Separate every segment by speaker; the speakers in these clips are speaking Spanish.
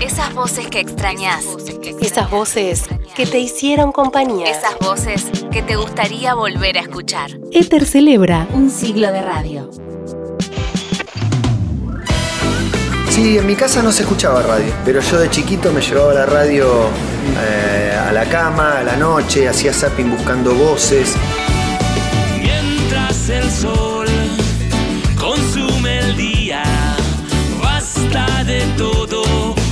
Speaker 1: Esas voces que extrañas.
Speaker 2: Esas voces que te hicieron compañía.
Speaker 1: Esas voces que te gustaría volver a escuchar.
Speaker 2: Éter celebra.
Speaker 1: Un siglo de radio.
Speaker 3: Sí, en mi casa no se escuchaba radio, pero yo de chiquito me llevaba la radio eh, a la cama, a la noche, hacía zapping buscando voces.
Speaker 4: Mientras el sol consume el día, basta de todo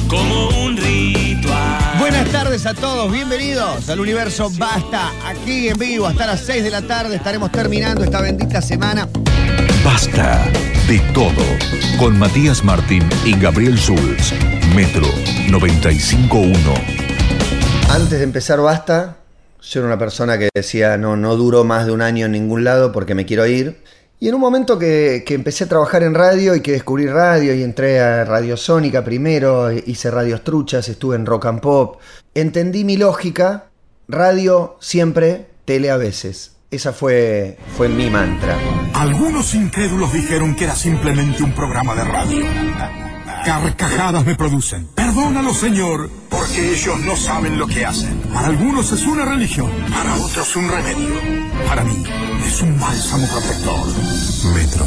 Speaker 4: como un ritual.
Speaker 5: Buenas tardes a todos, bienvenidos al Universo Basta, aquí en vivo hasta las 6 de la tarde estaremos terminando esta bendita semana.
Speaker 6: Basta de todo. Con Matías Martín y Gabriel Schulz. Metro 951.
Speaker 3: Antes de empezar Basta, yo era una persona que decía, no, no duro más de un año en ningún lado porque me quiero ir. Y en un momento que, que empecé a trabajar en radio y que descubrí radio y entré a Radio Sónica primero, e, hice radios truchas, estuve en rock and pop, entendí mi lógica, radio siempre, tele a veces. Esa fue, fue mi mantra.
Speaker 7: Algunos incrédulos dijeron que era simplemente un programa de radio. Carcajadas me producen. Perdónalo, Señor, porque ellos no saben lo que hacen. Para algunos es una religión, para otros un remedio. Para mí es un bálsamo protector. Metro.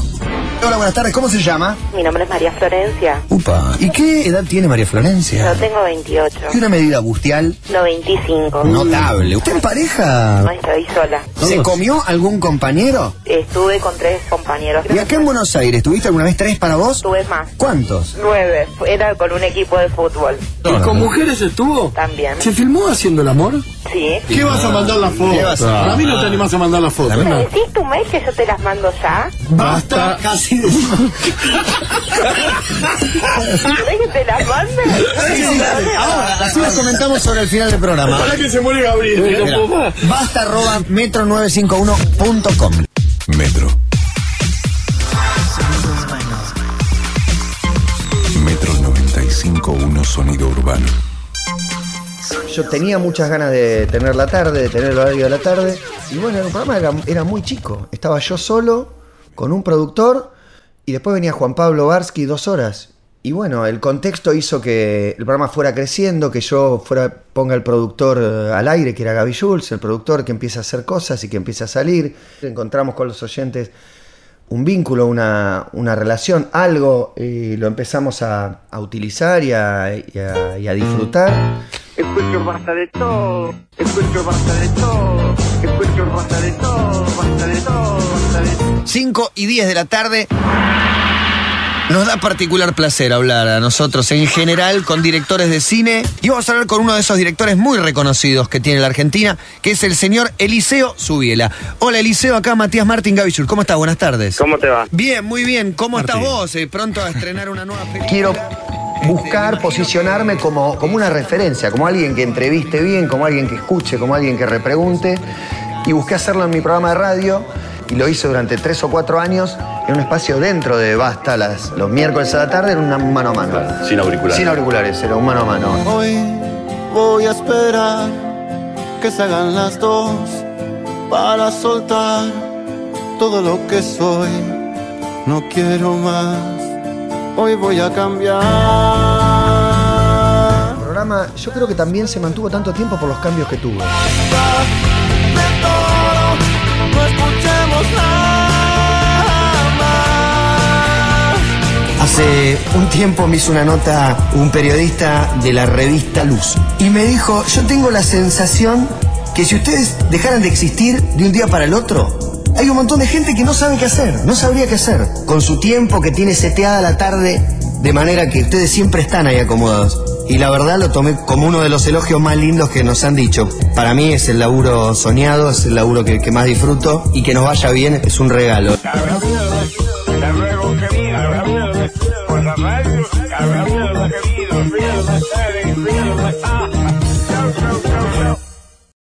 Speaker 5: Hola, buenas tardes, ¿cómo se llama?
Speaker 8: Mi nombre es María Florencia.
Speaker 5: Upa, ¿y qué edad tiene María Florencia?
Speaker 8: Yo tengo 28.
Speaker 5: una medida bustial
Speaker 8: 95.
Speaker 5: notable. ¿Usted en
Speaker 8: No
Speaker 5: pareja?
Speaker 8: estoy sola.
Speaker 5: ¿Se comió algún compañero?
Speaker 8: Estuve con tres compañeros.
Speaker 5: ¿Y acá en Buenos Aires tuviste alguna vez tres para vos?
Speaker 8: Estuve más.
Speaker 5: ¿Cuántos?
Speaker 8: Nueve. Era con un equipo de fútbol.
Speaker 9: ¿Y con mujeres estuvo?
Speaker 8: También.
Speaker 9: ¿Se filmó haciendo el amor?
Speaker 8: Sí.
Speaker 9: ¿Qué vas a mandar la foto? A mí no te animas a mandar la foto.
Speaker 8: ¿Me decís tu mail que yo te las mando ya?
Speaker 5: Ah.
Speaker 9: Basta casi de...
Speaker 8: ¿Querés que te las mande?
Speaker 5: Ahora, así lo comentamos sobre el final del programa.
Speaker 9: que se muere Gabriel. ¿eh?
Speaker 5: Mira, Basta arroba metro951.com.
Speaker 6: Metro. Metro 951 Sonido Urbano.
Speaker 3: Yo tenía muchas ganas de tener la tarde, de tener el horario de la tarde. Y bueno, el programa era, era muy chico. Estaba yo solo, con un productor, y después venía Juan Pablo Barsky dos horas. Y bueno, el contexto hizo que el programa fuera creciendo, que yo fuera, ponga el productor eh, al aire, que era Gaby Jules, el productor que empieza a hacer cosas y que empieza a salir. Encontramos con los oyentes un vínculo, una, una relación, algo, y lo empezamos a, a utilizar y a- y a- y a disfrutar.
Speaker 10: Escucho basta de todo, escucho basta de todo, escucho basta de todo, basta de todo, basta de
Speaker 5: 5 y 10 de la tarde. Nos da particular placer hablar a nosotros en general con directores de cine y vamos a hablar con uno de esos directores muy reconocidos que tiene la Argentina, que es el señor Eliseo Subiela. Hola Eliseo, acá Matías Martín Gavichur. ¿Cómo estás? Buenas tardes.
Speaker 10: ¿Cómo te va?
Speaker 5: Bien, muy bien. ¿Cómo estás vos? Eh, pronto a estrenar una nueva película.
Speaker 3: quiero
Speaker 5: Este,
Speaker 3: buscar
Speaker 5: me imagino
Speaker 3: posicionarme como, como una referencia, como alguien que entreviste bien, como alguien que escuche, como alguien que repregunte. Y busqué hacerlo en mi programa de radio y lo hice durante tres o cuatro años en un espacio dentro de Basta, las- los miércoles a la tarde, en un mano a mano.
Speaker 11: Sin auriculares.
Speaker 3: Sin auriculares, era un mano a mano.
Speaker 7: Hoy voy a esperar que se hagan las dos para soltar todo lo que soy. No quiero más. Hoy voy a cambiar.
Speaker 3: El programa yo creo que también se mantuvo tanto tiempo por los cambios que tuvo.
Speaker 7: de todo, no escuchemos nada más.
Speaker 5: Hace un tiempo me hizo una nota un periodista de la revista Luz y me dijo, yo tengo la sensación que si ustedes dejaran de existir de un día para el otro, hay un montón de gente que no sabe qué hacer, no sabría qué hacer, con su tiempo que tiene seteada la tarde, de manera que ustedes siempre están ahí acomodados. Y la verdad lo tomé como uno de los elogios más lindos que nos han dicho. Para mí es el laburo soñado, es el laburo que, que más disfruto y que nos vaya bien es un regalo.
Speaker 7: La vida